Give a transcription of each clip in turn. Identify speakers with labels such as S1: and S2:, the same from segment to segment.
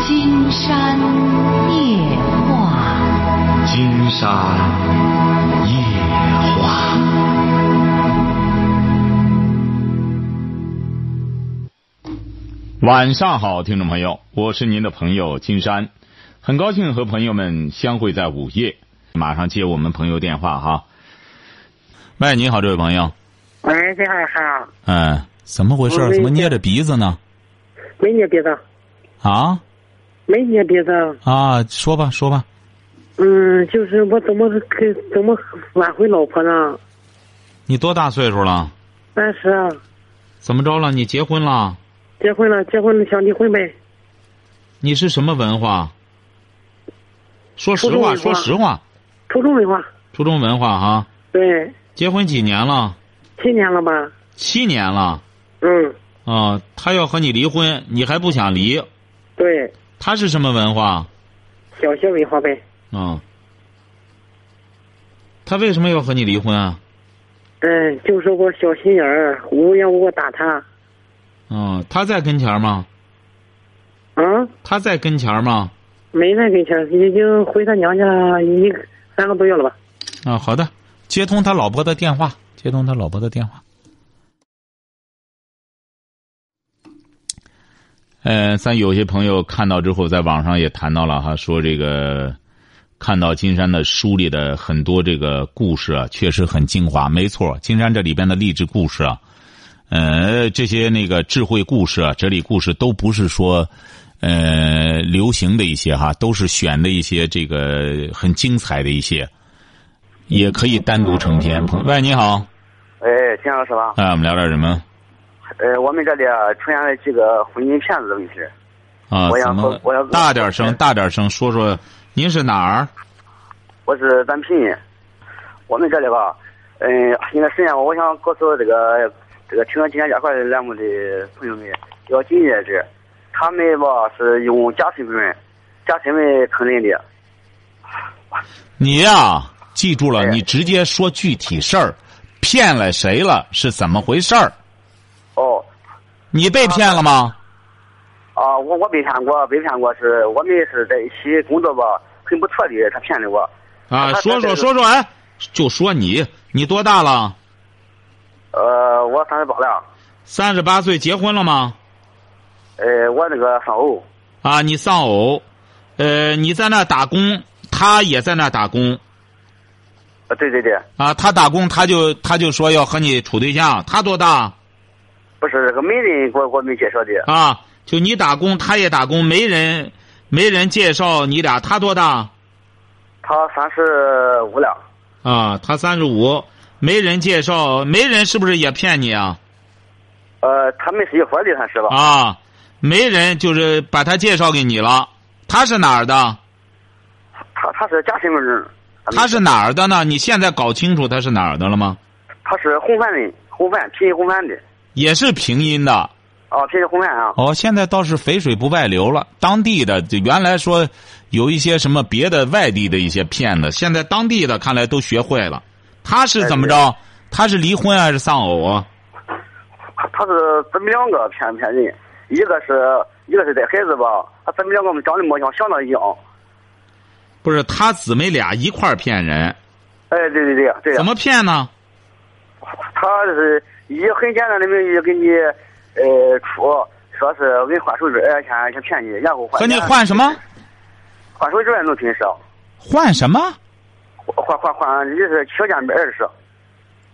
S1: 金山夜话，
S2: 金山夜话。晚上好，听众朋友，我是您的朋友金山，很高兴和朋友们相会在午夜。马上接我们朋友电话哈。喂，你好，这位朋友。
S3: 喂，哎你好，好，
S2: 嗯，怎么回事？怎么捏着鼻子呢？
S3: 没捏鼻子，
S2: 啊
S3: 没捏鼻子，
S2: 啊，说吧说吧。
S3: 嗯，就是我怎么跟怎么挽回老婆呢？
S2: 你多大岁数了？
S3: 但是啊
S2: 怎么着了？你结婚了？
S3: 结婚了，结婚了想离婚呗。
S2: 你是什么文化？说实话，
S3: 初中文化
S2: 说实话，
S3: 初中文化，
S2: 初中文化哈、
S3: 对，
S2: 结婚几年了？
S3: 七年了吧？
S2: 七年了
S3: 嗯，
S2: 啊！他要和你离婚，你还不想离？
S3: 对，
S2: 他是什么文化？
S3: 小学文化呗。
S2: 啊？他为什么要和你离婚啊？
S3: 嗯，就是我小心眼儿，无缘无故打他。
S2: 啊，他在跟前儿吗？
S3: 啊，
S2: 他在跟前儿吗？
S3: 没在跟前，已经回他娘家一个三个多月了吧？
S2: 啊，好的，接通他老婆的电话，接通他老婆的电话。呃，咱有些朋友看到之后，在网上也谈到了哈，说这个看到金山的书里的很多这个故事啊，确实很精华。没错，金山这里边的励志故事啊，呃，这些那个智慧故事啊，哲理故事都不是说，呃，流行的一些哈，都是选的一些这个很精彩的一些，也可以单独成篇。朋喂，你好，
S4: 哎，金老师吧，
S2: 啊，我们聊点什么？
S4: 呃，我们这里啊出现了几个婚姻骗子的问题。
S2: 啊，
S4: 我要
S2: 怎么
S4: 和我要？和
S2: 大点声，大点声，说说您是哪儿？
S4: 我是咱平阴，我们这里吧，嗯、应该实际上我想告诉这个这个听了今天这块的栏目的朋友们，要谨记这，他们吧是用假身份、假身份坑人的。
S2: 你呀、记住了，
S4: 哎
S2: 你直接说具体事儿，骗了谁了，是怎么回事儿？
S4: 哦，
S2: 你被骗了吗？
S4: 啊，我我被骗过，被骗过是我们是在一起工作吧，很不错的，他骗的我。
S2: 啊，
S4: 他
S2: 说
S4: 他
S2: 说
S4: 这个
S2: 说说，哎，就说你，你多大了？
S4: 呃，我三十八了，
S2: 三十八岁，结婚了吗？
S4: 呃，我那个丧偶，
S2: 啊，你丧偶，呃，你在那儿打工，他也在那儿打工，
S4: 呃，对对对。
S2: 啊，他打工，他就他就说要和你处对象，他多大
S4: 不是，这个媒人给我给我们介绍的，
S2: 啊？就你打工，他也打工，没人没人介绍你俩，他多大
S4: 他三十五了，
S2: 啊？他三十五，没人介绍，没人是不是也骗你啊？
S4: 呃，他们是一伙儿的，算是吧？
S2: 啊，没人就是把他介绍给你了，他是哪儿的？
S4: 他他是假身份证，
S2: 他是哪儿的呢？你现在搞清楚他是哪儿的了吗？
S4: 他是红番人，红番平红番的，
S2: 也是平阴的。
S4: 啊，平是红番啊，
S2: 哦，现在倒是肥水不外流了。当地的就原来说有一些什么别的外地的一些骗子，现在当地的看来都学会了。他是怎么
S4: 哎
S2: 着？他是离婚还是丧偶啊？
S4: 他他是咱们两个骗骗人，一个是一个是带孩子吧，他咱们两个我们长得模像，相当一样，
S2: 不是，他姊妹俩一块儿骗人，
S4: 哎，对对对对
S2: 怎，么骗呢？
S4: 他是以很简单的名义给你，呃，出说是给你换手机，哎，先先骗你，然后换
S2: 和你换什么？
S4: 换手机能平时，
S2: 换什么？
S4: 换换换，你是条件二十。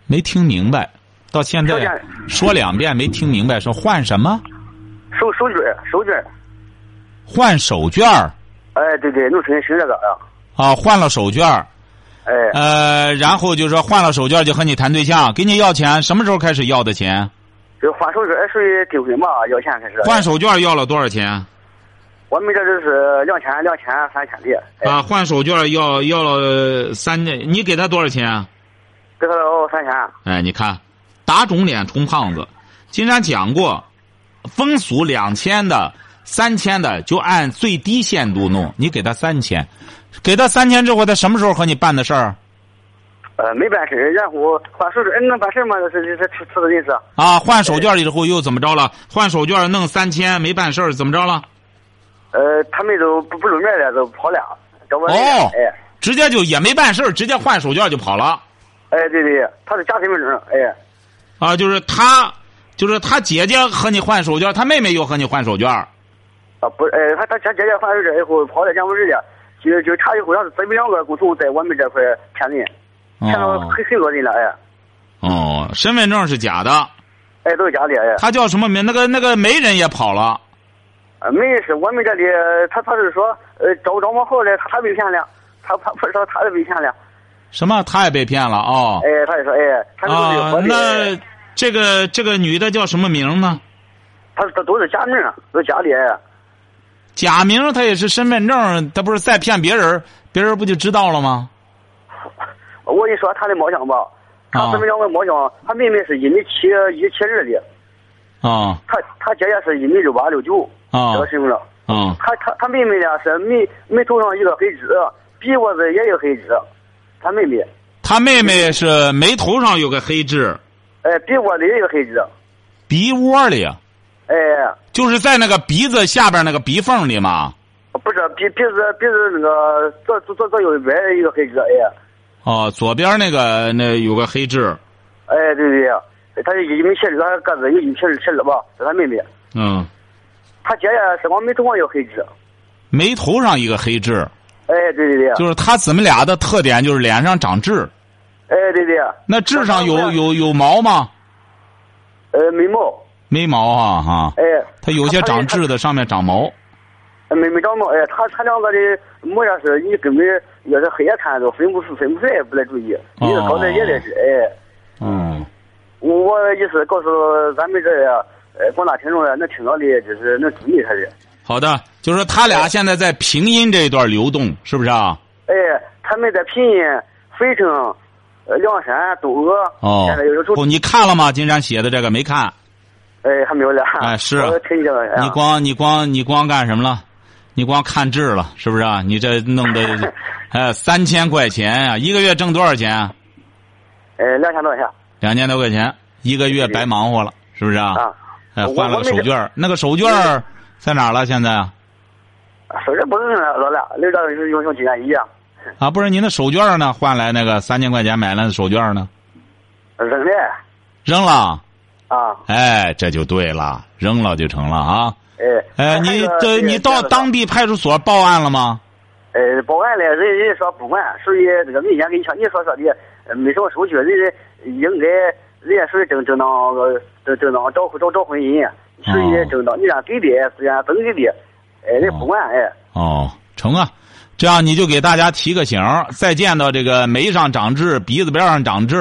S2: 没听明白。到现
S4: 条
S2: 在
S4: 件
S2: 说两遍没听明白，说换什么？
S4: 手手绢儿手绢儿
S2: 换手绢儿
S4: 哎，对对，农村是这个啊，
S2: 啊，换了手绢儿。
S4: 哎，
S2: 呃，然后就说换了手绢儿就和你谈对象，给你要钱，什么时候开始要的钱？
S4: 就换手绢哎儿属于订婚嘛，要钱开始。
S2: 换手绢儿要了多少钱？啊
S4: 我们这就是两千、两千、三千的，哎，
S2: 啊，换手绢儿要要了三千，你给他多少钱？啊
S4: 这个哦三千，
S2: 哎，你看，打肿脸充胖子。金山讲过，风俗两千的、三千的，就按最低限度弄。你给他三千，给他三千之后，他什么时候和你办的事儿啊
S4: 呃，没办事儿然后换手绢儿，嗯能办事儿吗？这是这出出的人是，
S2: 啊？换手绢儿以后又怎么着了？换手绢儿弄三千没办事儿，怎么着了？
S4: 呃，他们都不不露面了，都跑了，找我来了。
S2: 哦
S4: 哎，
S2: 直接就也没办事儿直接换手绢就跑了
S4: 哎，对对，他是假身份证，哎，
S2: 啊！就是他，就是他姐姐和你换手绢，他妹妹又和你换手绢儿
S4: 啊不是，哎，他他前姐姐犯事儿以哎后跑到柬埔寨了，就就差以后，让咱们两个共同在我们这块骗人，骗了
S2: 哦
S4: 很很多人了，哎，
S2: 哦，身份证是假的，
S4: 哎，都是假的，哎。
S2: 他叫什么名？那个那个媒人也跑了。
S4: 呃，没事，我们这里呃他他是说，呃，找找往后来他被骗了，他他不是说他是被骗了，
S2: 什么？他也被骗了哦。
S4: 哎，他就说，哎，他都是
S2: 啊
S4: 活，的，
S2: 那这个这个女的叫什么名呢？
S4: 他他都是假名，都是假的，哎
S2: 假名，她也是身份证，她不是在骗别人，别人不就知道了吗？
S4: 我跟你说他的猫箱吧，他
S2: 啊
S4: 这么两个猫箱，他妹妹是一米七一七二的，
S2: 啊
S4: 他他姐姐是一米六八六九，
S2: 啊
S4: 这个身份证，
S2: 啊！
S4: 他他他妹妹呢是眉眉头上一个黑痣，鼻窝子也有黑痣，他妹妹，
S2: 她妹妹是眉头上有个黑痣，
S4: 哎，鼻窝里也有黑痣，
S2: 鼻窝里，啊
S4: 哎，
S2: 就是在那个鼻子下边那个鼻缝里嘛。
S4: 不是鼻鼻子鼻子那个左左左左右一边一个黑痣，哎。
S2: 哦，左边那个那有个黑痣，
S4: 哎，对对对，他一米七二，他个子有一米七二七二吧，是他妹妹。
S2: 嗯，
S4: 他姐姐是往眉头上有黑痣。
S2: 眉头上一个黑痣，
S4: 哎，对对对，
S2: 就是她姊妹俩的特点就是脸上长痣，
S4: 哎对对，
S2: 那痣上有有有毛吗？
S4: 呃，眉毛，
S2: 没毛啊哈、
S4: 哎，
S2: 它有些长
S4: 他
S2: 痣的上面长毛。
S4: 他没没长毛，哎，他他两个的模样是你根本要是黑夜看都分不出分不出来，不来注意，
S2: 哦
S4: 一个高的也得是，哎，
S2: 嗯，
S4: 我我意思告诉咱们这个呃广大听众啊，能听到的，就是能注意他的。
S2: 好的，就是说他俩现在在平阴这一段流动，是不是啊？
S4: 哎，他们在平阴、肥城、呃梁山、东阿，
S2: 哦
S4: 现在有时候，
S2: 不，你看了吗？金山写的这个没看？
S4: 哎，还没有了。
S2: 哎是啊
S4: 我听见了。哎呀
S2: 你光你光你光干什么了？你光看痣了，是不是啊？你这弄 的，哎，三千块钱啊，一个月挣多少钱啊？
S4: 呃，两千多下
S2: 两千多块钱，一个月白忙活了，是不是啊？
S4: 啊，
S2: 哎，
S4: 我
S2: 换了个手
S4: 我没
S2: 绢儿那个手绢儿在哪儿了？现在啊？
S4: 手这不是老了，那个是用用几年一样，
S2: 啊，不是您的手绢儿呢？换来那个三千块钱买了的手绢儿呢？
S4: 扔的
S2: 扔了。
S4: 啊，
S2: 哎，这就对了，扔了就成了啊！
S4: 哎，
S2: 哎，
S4: 还
S2: 你
S4: 有
S2: 这
S4: 个
S2: 你到当
S4: 地，
S2: 地派出所报案了吗？
S4: 呃，报案了，人人家说不管，属于这个民间跟像你所说的呃没什么手续，人家应该人家属于正正当呃正正当找找找婚姻，属于
S2: 哦
S4: 正当，你让给的虽然不给的，哎，人
S2: 哦
S4: 不管哎，
S2: 哦，成啊！这样你就给大家提个醒儿，再见到这个眉上长痣、鼻子边上长痣、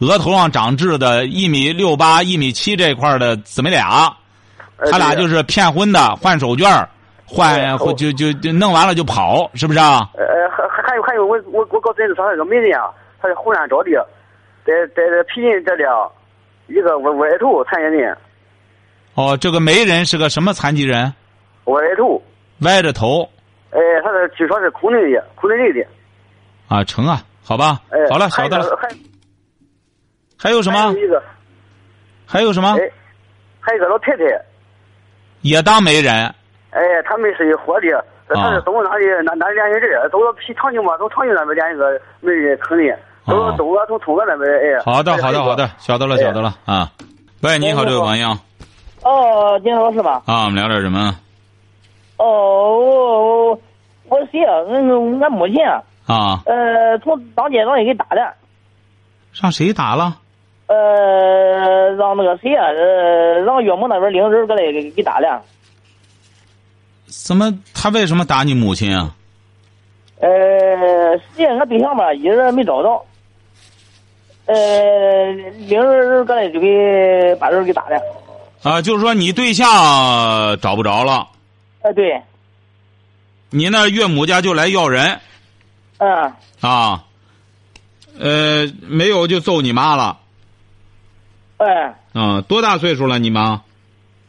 S2: 额头上长痣的，一米六八、一米七这块儿的姊妹俩，
S4: 呃
S2: 他俩就。是骗婚的，换手绢儿，换
S4: 哎
S2: 或
S4: 哦
S2: 就就就弄完了就跑，是不是啊？
S4: 呃呃，还还还有还有，我我我告诉你，他那个媒人啊，他是湖南找的，在在这皮镇这里啊，一个歪歪头残疾人，
S2: 哦，这个媒人是个什么残疾人？
S4: 歪头，
S2: 歪着头
S4: 哎、他是据说是孔令的，孔令人的，
S2: 啊，成啊，好吧
S4: 哎、，
S2: 好了，晓
S4: 还有
S2: 得了。
S4: 还
S2: 还有什
S4: 还
S2: 么
S4: 有？一个，
S2: 还有什么？
S4: 哎，还有一个老太太，
S2: 也当媒人
S4: 哎，他们是活的，他
S2: 啊
S4: 是从哪里哪哪里联系人，走到皮长宁嘛，从长宁那边联系个媒人坑的，走
S2: 啊
S4: 到东阿从东阿那边，哎，
S2: 好的，
S4: 还有
S2: 好的，好，
S4: 一个
S2: 的，晓得了，
S4: 哎
S2: 晓得了啊。喂，你好，
S5: 喂
S2: 这
S5: 你
S2: 位
S5: 好
S2: 朋友
S5: 哦，您老师吧？
S2: 啊，我们聊点什么
S5: 哦，我我嗯谁呀？俺俺母亲，
S2: 啊？
S5: 呃，从当街上也给打的，
S2: 上谁打了？
S5: 呃，让那个谁呀、呃，让岳母那边领人过来给给打的，
S2: 怎么他为什么打你母亲啊？
S5: 呃，实际上俺对象吧一直没找着，呃，领人过来就给把人给打的，
S2: 啊，就是说你对象找不着了，
S5: 呃，对，
S2: 你那岳母家就来要人
S5: 嗯、
S2: 啊？呃，没有就揍你妈了。
S5: 哎、
S2: 啊，多大岁数了？你妈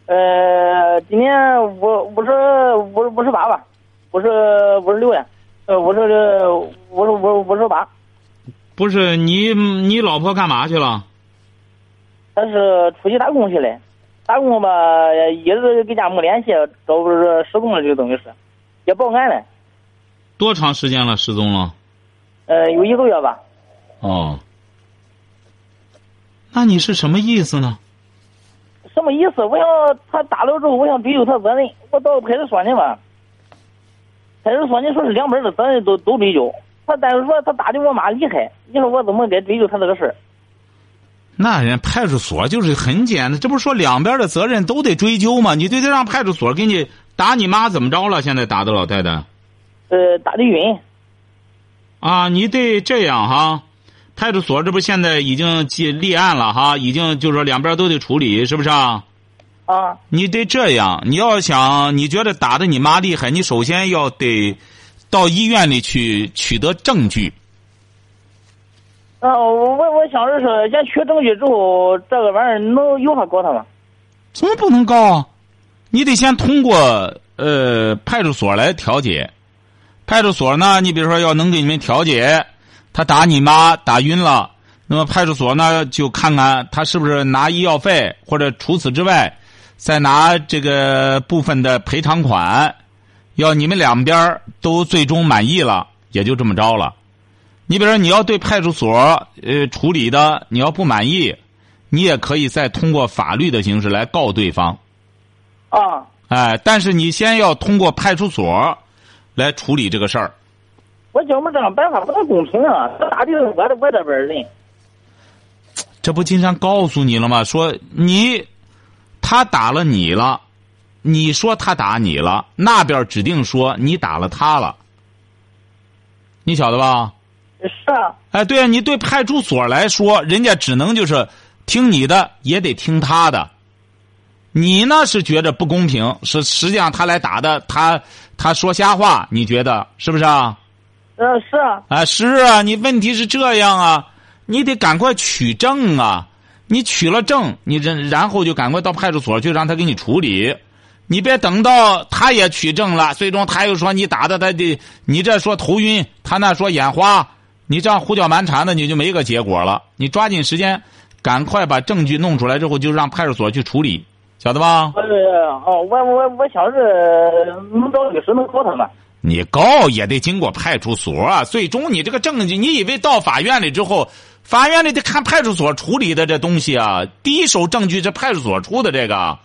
S5: 呃，今年五五十五五十八吧，五十五十六呀，呃，五十五十五五十八。
S2: 不是你，你老婆干嘛去了？
S5: 他是出去打工去了，打他跟我吧，也是跟家没联系，都不是失踪了，就等于是，也报案了。
S2: 多长时间了？失踪了？
S5: 呃，有一个月吧。
S2: 哦，那你是什么意思呢？
S5: 什么意思？我想他打了之后，我想追究他责任。我到派出所去嘛，派出所你说是两边的责任都都追究。他但是说他打的我妈厉害，你说我怎么该追究他这个事儿？
S2: 那人派出所就是很简单，这不是说两边的责任都得追究吗？你对得让派出所给你打你妈怎么着了？现在打的老太太
S5: 呃，打的晕。
S2: 啊，你得这样哈。派出所这不现在已经记立案了哈，已经就是说两边都得处理，是不是啊？
S5: 啊，
S2: 你得这样，你要想你觉得打的你妈厉害，你首先要得到医院里去取得证据。
S5: 啊，我我我想着是先取证据之后，这个玩意儿能有法告他吗？
S2: 怎么不能告啊？你得先通过呃派出所来调解。派出所呢，你比如说要能给你们调解，他打你妈打晕了，那么派出所呢就看看他是不是拿医药费，或者除此之外，再拿这个部分的赔偿款。要你们两边儿都最终满意了，也就这么着了。你比如说，你要对派出所呃处理的你要不满意，你也可以再通过法律的形式来告对方。
S5: 啊，
S2: 哎，但是你先要通过派出所来处理这个事儿。
S5: 我觉们这样办法不太公平啊！他打的是我的我这边儿人。
S2: 这不金山告诉你了吗？说你，他打了你了，你说他打你了，那边指定说你打了他了，你晓得吧？
S5: 是啊，
S2: 哎，对啊，你对派出所来说，人家只能就是听你的，也得听他的。你呢是觉着不公平，是实际上他来打的，他他说瞎话，你觉得是不是啊？
S5: 呃，是啊，
S2: 啊，是啊，你问题是这样啊，你得赶快取证啊，你取了证，你然然后就赶快到派出所去让他给你处理，你别等到他也取证了，最终他又说你打的他的，你这说头晕，他那说眼花，你这样胡搅蛮缠的，你就没个结果了。你抓紧时间，赶快把证据弄出来之后，就让派出所去处理，晓得吧？
S5: 我是哦，我我我想是能找律师能告他吗？
S2: 你告也得经过派出所、啊，最终你这个证据，你以为到法院里之后，法院里得看派出所处理的这东西啊，第一手证据是派出所出的这个，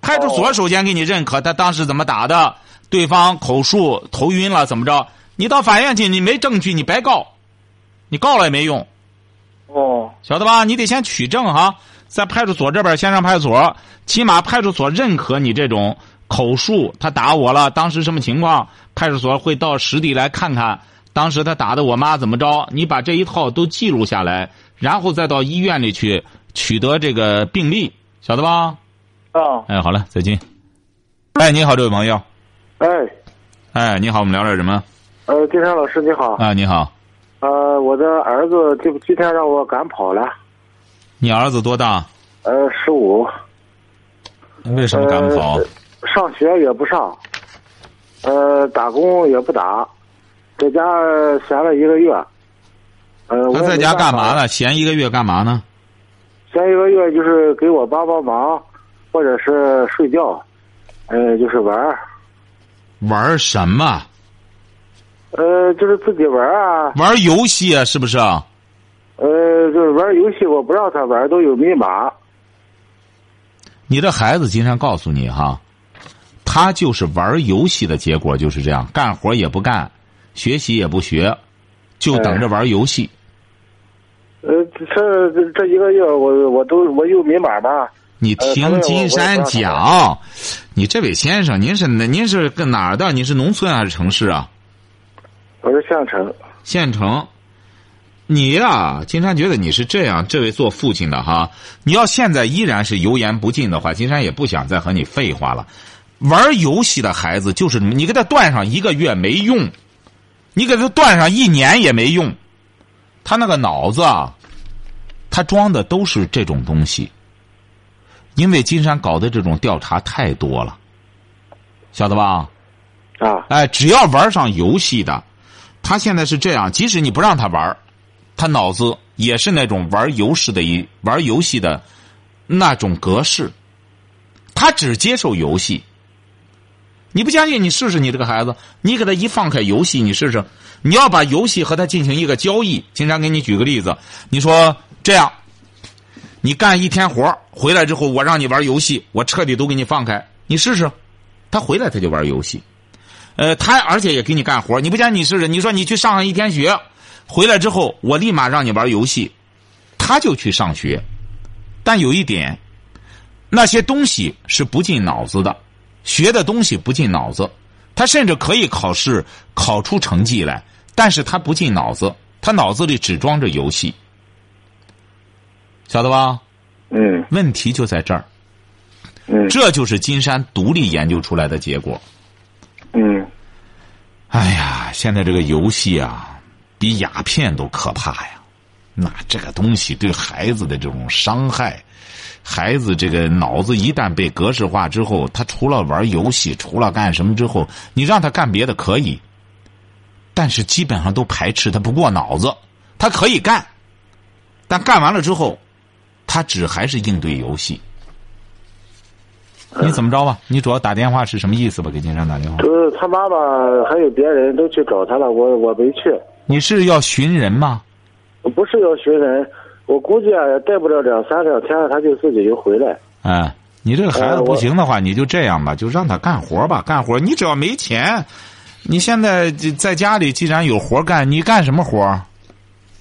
S2: 派出所首先给你认可他当时怎么打的，对方口述头晕了怎么着，你到法院去你没证据你白告，你告了也没用，
S5: 哦，
S2: 晓得吧？你得先取证哈，在派出所这边先让派出所，起码派出所认可你这种口述，他打我了，当时什么情况？派出所会到实地来看看，当时他打的我妈怎么着？你把这一套都记录下来，然后再到医院里去取得这个病历，晓得吧？
S5: 啊，
S2: 哎，好了，再见。哎，你好，这位朋友。
S4: 哎，
S2: 哎，你好，我们聊点什么？
S4: 呃，金山老师你好，
S2: 啊，你好，
S4: 呃，我的儿子这今天让我赶跑了，
S2: 你儿子多大？
S4: 呃，十五，
S2: 为什么赶跑？
S4: 呃上学也不上，呃，打工也不打，在家闲了一个月。呃，我
S2: 他
S4: 也
S2: 在
S4: 没
S2: 家
S4: 办
S2: 干
S4: 法
S2: 嘛呢？闲一个月干嘛呢？
S4: 前一个月就是给我帮帮忙，或者是睡觉，呃，就是玩儿，
S2: 玩儿什么？
S4: 呃，就是自己玩儿啊，
S2: 玩儿游戏啊？是不是啊？
S4: 呃，就是玩儿游戏，我不让他玩儿，都有密码。
S2: 你的孩子，金山告诉你哈，他就是玩游戏的结果就是这样，干活也不干，学习也不学，就等着玩游戏。
S4: 呃，这这这一个月我我都我有密码嘛，
S2: 你听金山
S4: 呃
S2: 讲，你这位先生，您是哪您是个哪儿的？您是农村还是城市啊？
S4: 我是县城。
S2: 县城。你呀、金山觉得你是这样，这位做父亲的哈，你要现在依然是油盐不进的话，金山也不想再和你废话了。玩游戏的孩子就是你给他断上一个月没用，你给他断上一年也没用，他那个脑子啊，他装的都是这种东西。因为金山搞的这种调查太多了，晓得吧？
S4: 啊，
S2: 哎，只要玩上游戏的，他现在是这样，即使你不让他玩儿，他脑子也是那种玩游戏的一玩游戏的那种格式，他只接受游戏。你不相信？你试试你这个孩子，你给他一放开游戏，你试试。你要把游戏和他进行一个交易。经常给你举个例子，你说这样，你干一天活回来之后，我让你玩游戏，我彻底都给你放开，你试试。他回来他就玩游戏，呃，他而且也给你干活你不相信？你试试。你说你去上上一天学，回来之后我立马让你玩游戏，他就去上学。但有一点，那些东西是不进脑子的。学的东西不进脑子，他甚至可以考试考出成绩来，但是他不进脑子，他脑子里只装着游戏，晓得吧？
S4: 嗯
S2: 问题就在这儿，
S4: 嗯
S2: 这就是金山独立研究出来的结果。
S4: 嗯
S2: 哎呀，现在这个游戏啊，比鸦片都可怕呀！那这个东西对孩子的这种伤害，孩子这个脑子一旦被格式化之后，他除了玩游戏，除了干什么之后，你让他干别的可以，但是基本上都排斥他不过脑子，他可以干，但干完了之后，他只还是应对游戏。你怎么着吧？你主要打电话是什么意思吧？给金山打电话。
S6: 就是他妈妈还有别人都去找他了，我我没去，
S2: 你是要寻人吗？
S6: 我不是要寻人，我估计啊，待不了两三两天，他就自己就回来。
S2: 哎，你这个孩
S6: 呃
S2: 子
S6: 我
S2: 不行的话，你就这样吧，就让他干活吧，干活。你只要没钱，你现在这在家里既然有活干，你干什么活？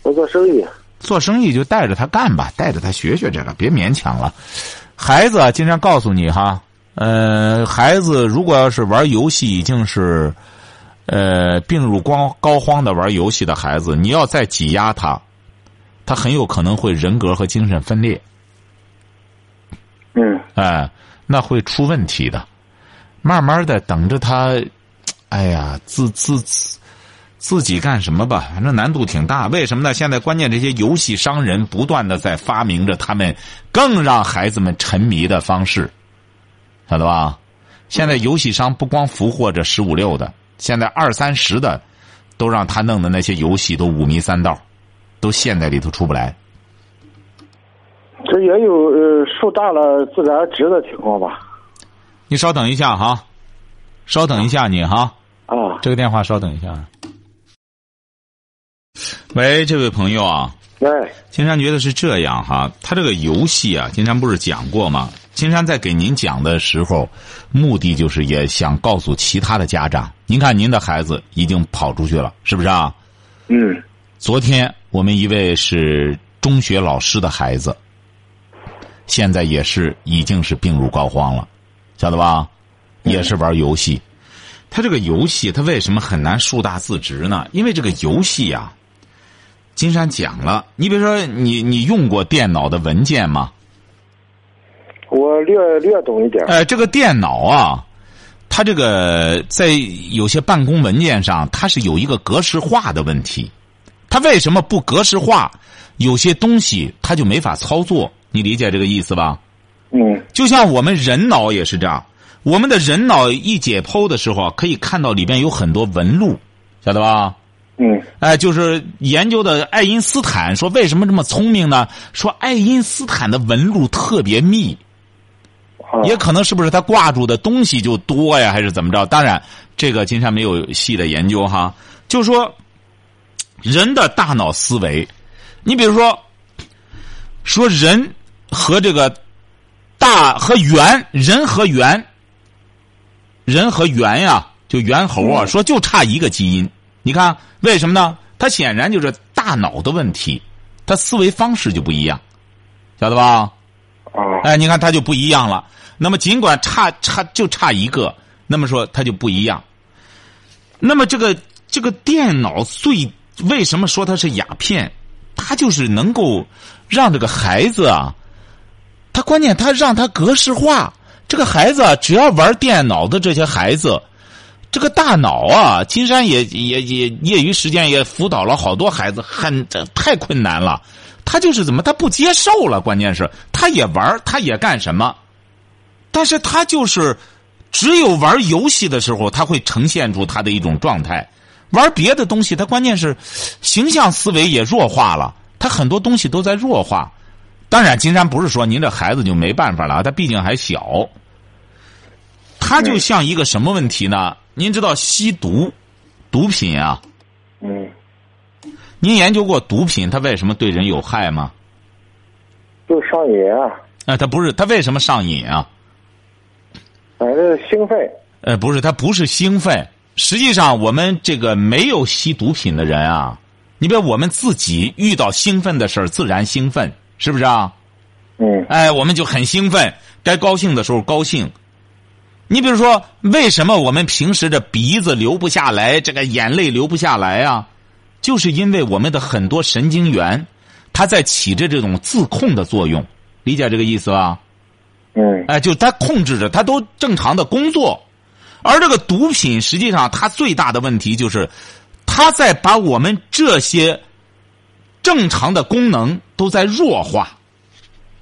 S6: 我做生意，
S2: 做生意就带着他干吧，带着他学学这个，别勉强了。孩子啊，经常告诉你哈，呃，孩子如果要是玩游戏，已经是呃病入光膏肓的玩游戏的孩子，你要再挤压他，他很有可能会人格和精神分裂。
S6: 嗯
S2: 哎，那会出问题的。慢慢的，等着他，哎呀，自自自自己干什么吧，反正难度挺大。为什么呢？现在关键这些游戏商人不断的在发明着他们更让孩子们沉迷的方式，晓得吧？现在游戏商不光俘获着十五六的，现在二三十的，都让他弄的那些游戏都五迷三道，都陷在里头出不来。
S6: 这也有呃树大了自然直的情况吧？
S2: 你稍等一下哈，稍等一下你哈。
S6: 啊，
S2: 这个电话稍等一下啊。喂，这位朋友啊，
S6: 哎，
S2: 金山觉得是这样哈，他这个游戏啊，金山不是讲过吗？金山在给您讲的时候，目的就是也想告诉其他的家长，您看您的孩子已经跑出去了，是不是啊？
S6: 嗯
S2: 昨天我们一位是中学老师的孩子，现在也是已经是病入膏肓了，晓得吧？也是玩游戏。他这个游戏，他为什么很难树大自直呢？因为这个游戏呀、金山讲了，你比如说你你用过电脑的文件吗？
S6: 我略略懂一点。
S2: 呃，这个电脑啊，它这个在有些办公文件上，它是有一个格式化的问题。它为什么不格式化？有些东西它就没法操作，你理解这个意思吧？
S6: 嗯
S2: 就像我们人脑也是这样，我们的人脑一解剖的时候啊，可以看到里边有很多纹路，晓得吧？
S6: 嗯
S2: 哎，就是研究的爱因斯坦说为什么这么聪明呢？说爱因斯坦的纹路特别密，
S6: 啊
S2: 也可能是不是他挂住的东西就多呀，还是怎么着？当然，这个金山没有细的研究哈。就说人的大脑思维，你比如说，说人和这个大和圆，人和圆，人和圆呀、就猿猴啊，说就差一个基因。你看为什么呢？它显然就是大脑的问题，它思维方式就不一样，晓得吧？
S6: 啊
S2: 哎，你看他就不一样了。那么尽管差差就差一个，那么说他就不一样。那么这个这个电脑最为什么说它是鸦片？它就是能够让这个孩子啊，他关键他让他格式化。这个孩子啊，只要玩电脑的这些孩子，这个大脑啊，金山也也也业余时间也辅导了好多孩子，很这太困难了。他就是怎么他不接受了，关键是他也玩儿，他也干什么，但是他就是只有玩游戏的时候，他会呈现出他的一种状态。玩别的东西，他关键是形象思维也弱化了，他很多东西都啊在弱化。当然，金山不是说您这孩子就没办法了，他毕竟还小，它就像一个什么问题呢？您知道吸毒，毒品啊，
S6: 嗯，
S2: 您研究过毒品它为什么对人有害吗？
S6: 就上瘾啊，
S2: 啊、它不是，它为什么上瘾啊？
S6: 反正哎兴奋，
S2: 呃，不是，他不是兴奋。实际上，我们这个没有吸毒品的人啊，你别我们自己遇到兴奋的事儿，自然兴奋，是不是啊？
S6: 嗯
S2: 哎，我们就很兴奋，该高兴的时候高兴。你比如说，为什么我们平时的鼻子流不下来，这个眼泪流不下来啊？就是因为我们的很多神经元，它在起着这种自控的作用，理解这个意思吧？
S6: 嗯
S2: 哎，就他控制着，他都正常的工作。而这个毒品，实际上它最大的问题就是，它在把我们这些正常的功能都在弱化，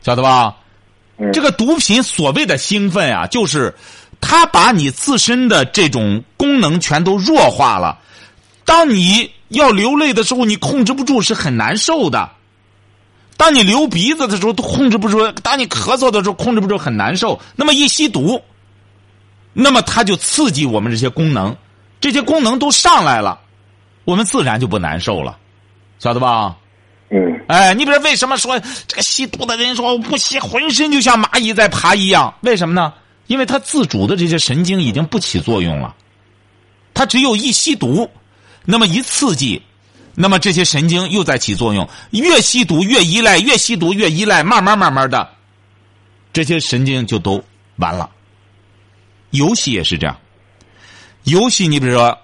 S2: 晓得吧？
S6: 嗯，
S2: 这个毒品所谓的兴奋啊，就是它把你自身的这种功能全都弱化了。当你要流泪的时候，你控制不住是很难受的；当你流鼻子的时候，都控制不住；当你咳嗽的时候，控制不住很难受。那么一吸毒，那么它就刺激我们这些功能，这些功能都上来了，我们自然就不难受了，晓得吧？
S6: 嗯
S2: 哎，你比如说为什么说这个吸毒的人说我不吸，浑身就像蚂蚁在爬一样？为什么呢？因为他自主的这些神经已经不起作用了，他只有一吸毒，那么一刺激，那么这些神经又在起作用，越吸毒越依赖，越吸毒越依赖，慢慢慢慢的，这些神经就都完了。游戏也是这样，游戏你比如说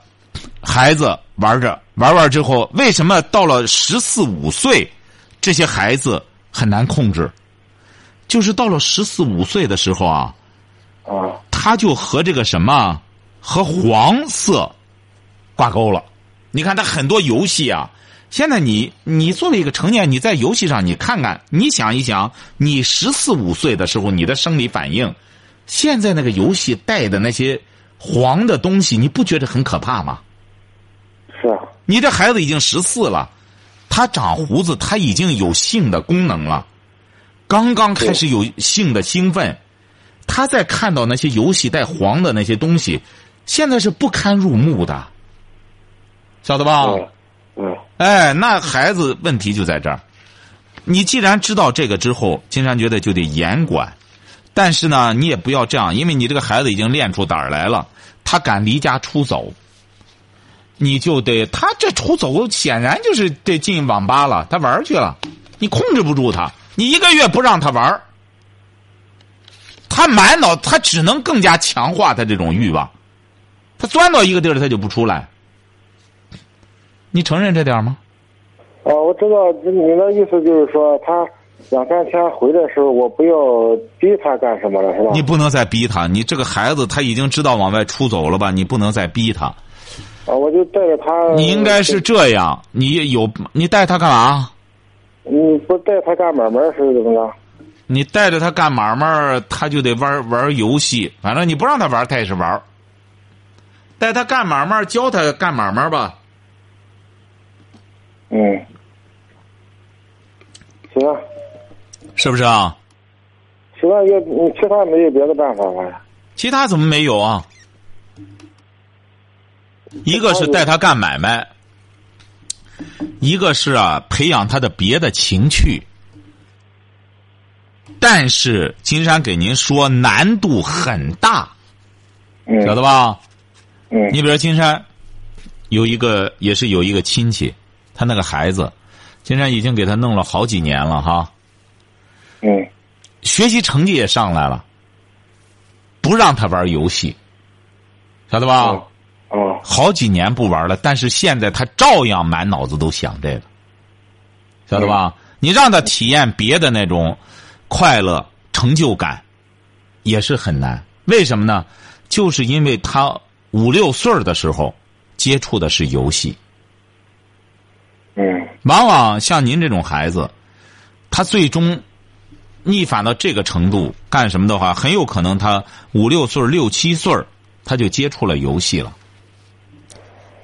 S2: 孩子玩着玩玩之后，为什么到了十四五岁，这些孩子很难控制？就是到了十四五岁的时候啊，
S6: 啊，
S2: 他就和这个什么和黄色挂钩了。你看他很多游戏啊，现在你你作为一个成年，你在游戏上你看看，你想一想，你十四五岁的时候你的生理反应，现在那个游戏带的那些黄的东西，你不觉得很可怕吗？
S6: 是啊，
S2: 你这孩子已经十四了，他长胡子，他已经有性的功能了，刚刚开始有性的兴奋，他在看到那些游戏带黄的那些东西，现在是不堪入目的，晓得吧？
S6: 嗯嗯
S2: 哎，那孩子问题就在这儿。你既然知道这个之后，金山觉得就得严管，但是呢，你也不要这样，因为你这个孩子已经练出胆儿来了，他敢离家出走，你就得他这出走显然就是得进网吧了，他玩儿去了，你控制不住他，你一个月不让他玩儿他满脑他只能更加强化他这种欲望，他钻到一个地儿他就不出来，你承认这点儿吗？
S6: 啊，我知道你的意思就是说，他两三天回来的时候，我不要逼他干什么了，是吧？
S2: 你不能再逼他，你这个孩子他已经知道往外出走了吧？你不能再逼他，
S6: 啊，我就带着他。
S2: 你应该是这样，你有你带他干嘛？
S6: 嗯你不带他干买卖是怎么着？
S2: 你带着他干买卖儿，他就得玩玩游戏，反正你不让他玩，他也是玩儿。带他干买卖儿，教他干买卖儿吧。
S6: 嗯，行啊，
S2: 是不是啊？
S6: 其他也嗯其他没有别的办法了。
S2: 其他怎么没有啊？一个是带他干买卖，一个是啊培养他的别的情趣。但是金山给您说难度很大，
S6: 嗯，
S2: 晓得吧？
S6: 嗯
S2: 你比如说金山有一个也是有一个亲戚，他那个孩子，金山已经给他弄了好几年了哈，
S6: 嗯
S2: 学习成绩也上来了，不让他玩游戏，晓得吧？
S6: 哦哦
S2: 好几年不玩了，但是现在他照样满脑子都想这个，晓得吧？你让他体验别的那种快乐、成就感，也是很难。为什么呢？就是因为他五六岁儿的时候接触的是游戏，
S6: 嗯
S2: 往往啊像您这种孩子，他最终逆反到这个程度干什么的话，很有可能他五六岁儿、六七岁儿他就接触了游戏了。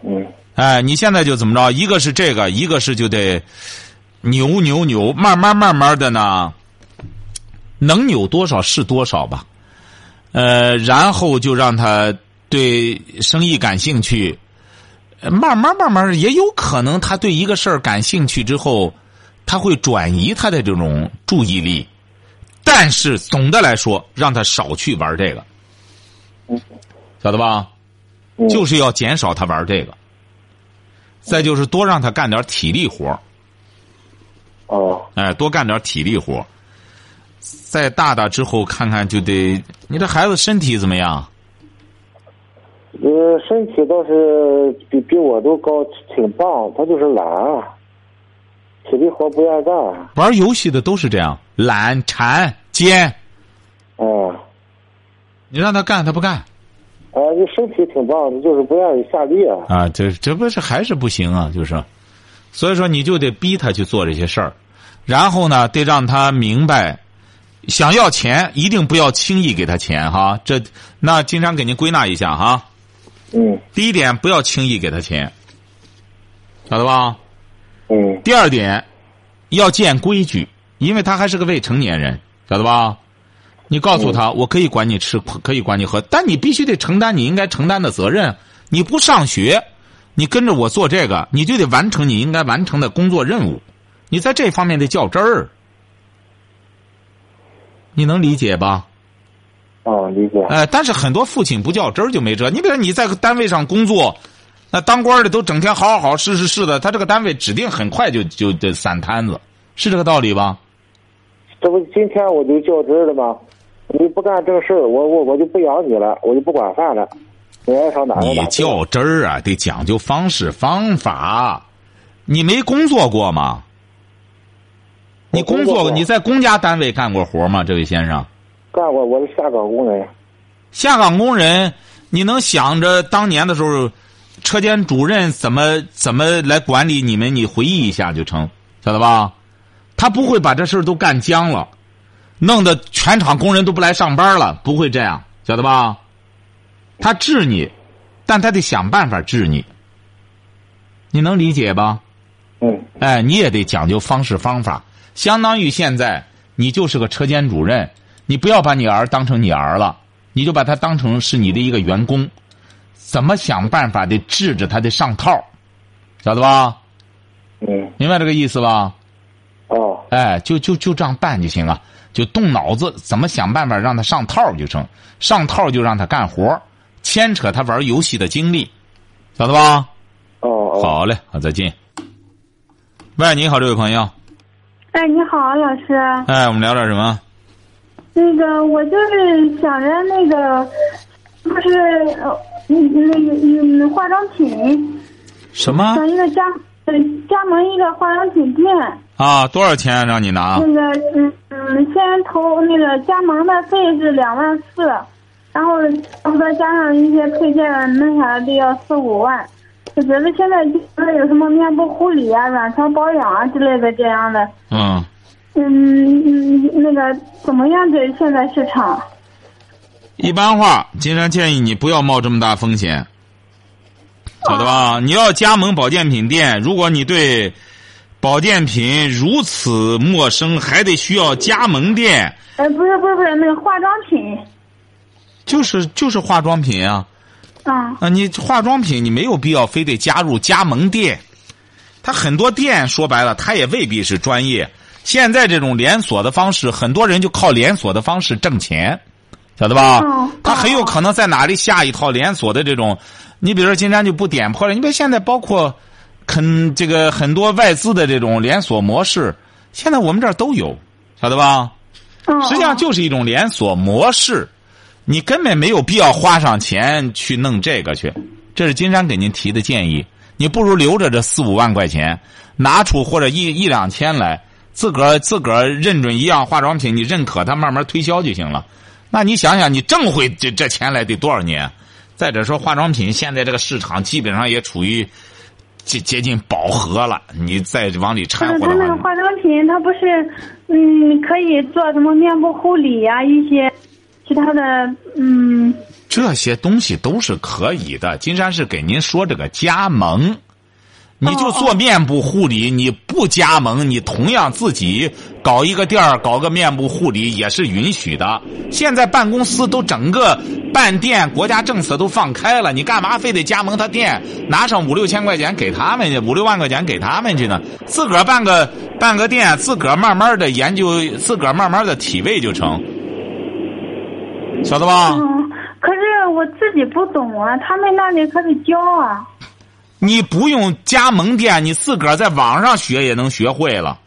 S6: 嗯
S2: 哎，你现在就怎么着？一个是这个，一个是就得扭扭扭，慢慢慢慢的呢，能扭多少是多少吧。呃，然后就让他对生意感兴趣，呃慢慢慢慢，也有可能他对一个事儿感兴趣之后，他会转移他的这种注意力，但是总的来说，让他少去玩这个，晓得吧？
S6: 嗯
S2: 就是要减少他玩这个，再就是多让他干点体力活儿
S6: 哦，
S2: 哎，多干点体力活儿再大大之后看看就得，你这孩子身体怎么样？
S6: 呃，身体倒是比比我都高，挺棒。他就是懒啊，体力活不愿意干。
S2: 玩游戏的都是这样，懒、馋、奸。
S6: 嗯，
S2: 你让他干，他不干
S6: 啊，你身体挺棒，你就是不愿意下力啊。
S2: 啊！这这不是还是不行啊？就是，所以说你就得逼他去做这些事儿，然后呢，得让他明白，想要钱一定不要轻易给他钱哈。这那经常给您归纳一下哈。
S6: 嗯
S2: 第一点，不要轻易给他钱，晓得吧？
S6: 嗯
S2: 第二点，要建规矩，因为他还是个未成年人，晓得吧？你告诉他，我可以管你吃，可以管你喝，但你必须得承担你应该承担的责任。你不上学，你跟着我做这个，你就得完成你应该完成的工作任务。你在这方面得较真儿，你能理解吧？
S6: 啊，理解。
S2: 呃，但是很多父亲不较真儿就没辙。你比如你在个单位上工作，那当官儿的都整天好好好是是是的，他这个单位指定很快就就得散摊子，是这个道理吧？
S6: 这不今天我就较真儿了吗？你不干正事儿，我我我就不养你了，我就不管饭了，你爱上哪儿上
S2: 你
S6: 哪儿去。
S2: 较真儿啊，得讲究方式方法。你没工作过吗？你
S6: 我工作
S2: 作
S6: 过
S2: 你在公家单位干过活吗？这位先生，
S6: 干过，我是下岗工人。
S2: 下岗工人，你能想着当年的时候，车间主任怎么怎么来管理你们？你回忆一下就成，晓得吧？他不会把这事儿都干僵了，弄得全厂工人都不来上班了，不会这样，晓得吧？他治你，但他得想办法治你，你能理解吧？
S6: 嗯
S2: 哎，你也得讲究方式方法。相当于现在你就是个车间主任，你不要把你儿当成你儿了，你就把他当成是你的一个员工，怎么想办法得治着他得上套，晓得吧？
S6: 嗯
S2: 明白这个意思吧？
S6: 哦
S2: 哎，就就就这样办就行了，就动脑子，怎么想办法让他上套就成，上套就让他干活，牵扯他玩游戏的精力，晓得吧？
S6: 哦哦。
S2: 好嘞，好，再见。喂，你好，这位朋友，
S7: 哎，你好，老师。
S2: 哎，我们聊点什么？
S7: 那个，我就是想着那个，就是呃嗯那个嗯化妆品，
S2: 什么
S7: 想一个加呃加盟一个化妆品店，
S2: 啊？多少钱让你拿
S7: 那？个嗯嗯，先投那个加盟的费是两万四，然后差不多加上一些配件那啥的要四五万。我觉得现在就是有什么面部护理啊、软膏保养啊之类的这样的，
S2: 嗯，
S7: 嗯嗯，那个怎么样对现在市场？
S2: 一般话，金山建议你不要冒这么大风险，晓得吧？你要加盟保健品店，如果你对保健品如此陌生，还得需要加盟店，
S7: 呃，不是不是不是，那个化妆品，
S2: 就是就是化妆品啊。
S7: 嗯
S2: 啊，你化妆品你没有必要非得加入加盟店，他很多店说白了，他也未必是专业。现在这种连锁的方式，很多人就靠连锁的方式挣钱，晓得吧
S7: 嗯？
S2: 他很有可能在哪里下一套连锁的这种，你比如说金山就不点破了，你比如现在包括肯这个很多外资的这种连锁模式，现在我们这儿都有，晓得吧？
S7: 嗯，
S2: 实际上就是一种连锁模式，你根本没有必要花上钱去弄这个去。这是金山给您提的建议，你不如留着这四五万块钱，拿出或者一一两千来，自个儿自个儿认准一样化妆品，你认可它，慢慢推销就行了。那你想想，你挣回这这钱来得多少年？再者说，化妆品现在这个市场基本上也处于接接近饱和了，你再往里
S7: 不
S2: 掺
S7: 是
S2: 和
S7: 它
S2: 的
S7: 那
S2: 话
S7: 个，化妆品，它不是嗯可以做什么面部护理呀、一些其他的嗯
S2: 这些东西都是可以的。金山是给您说这个加盟，你就做面部护理，你不加盟，你同样自己搞一个店儿，搞个面部护理也是允许的。现在办公司都整个办店，国家政策都放开了，你干嘛非得加盟他店，拿上五六千块钱给他们去，五六万块钱给他们去呢？自个儿办个办个店，自个儿慢慢的研究，自个儿慢慢的体味就成，晓得吧？
S7: 嗯，可是我自己不懂啊，他们那里可得教啊。
S2: 你不用加盟店，你自个儿在网上学也能学会了，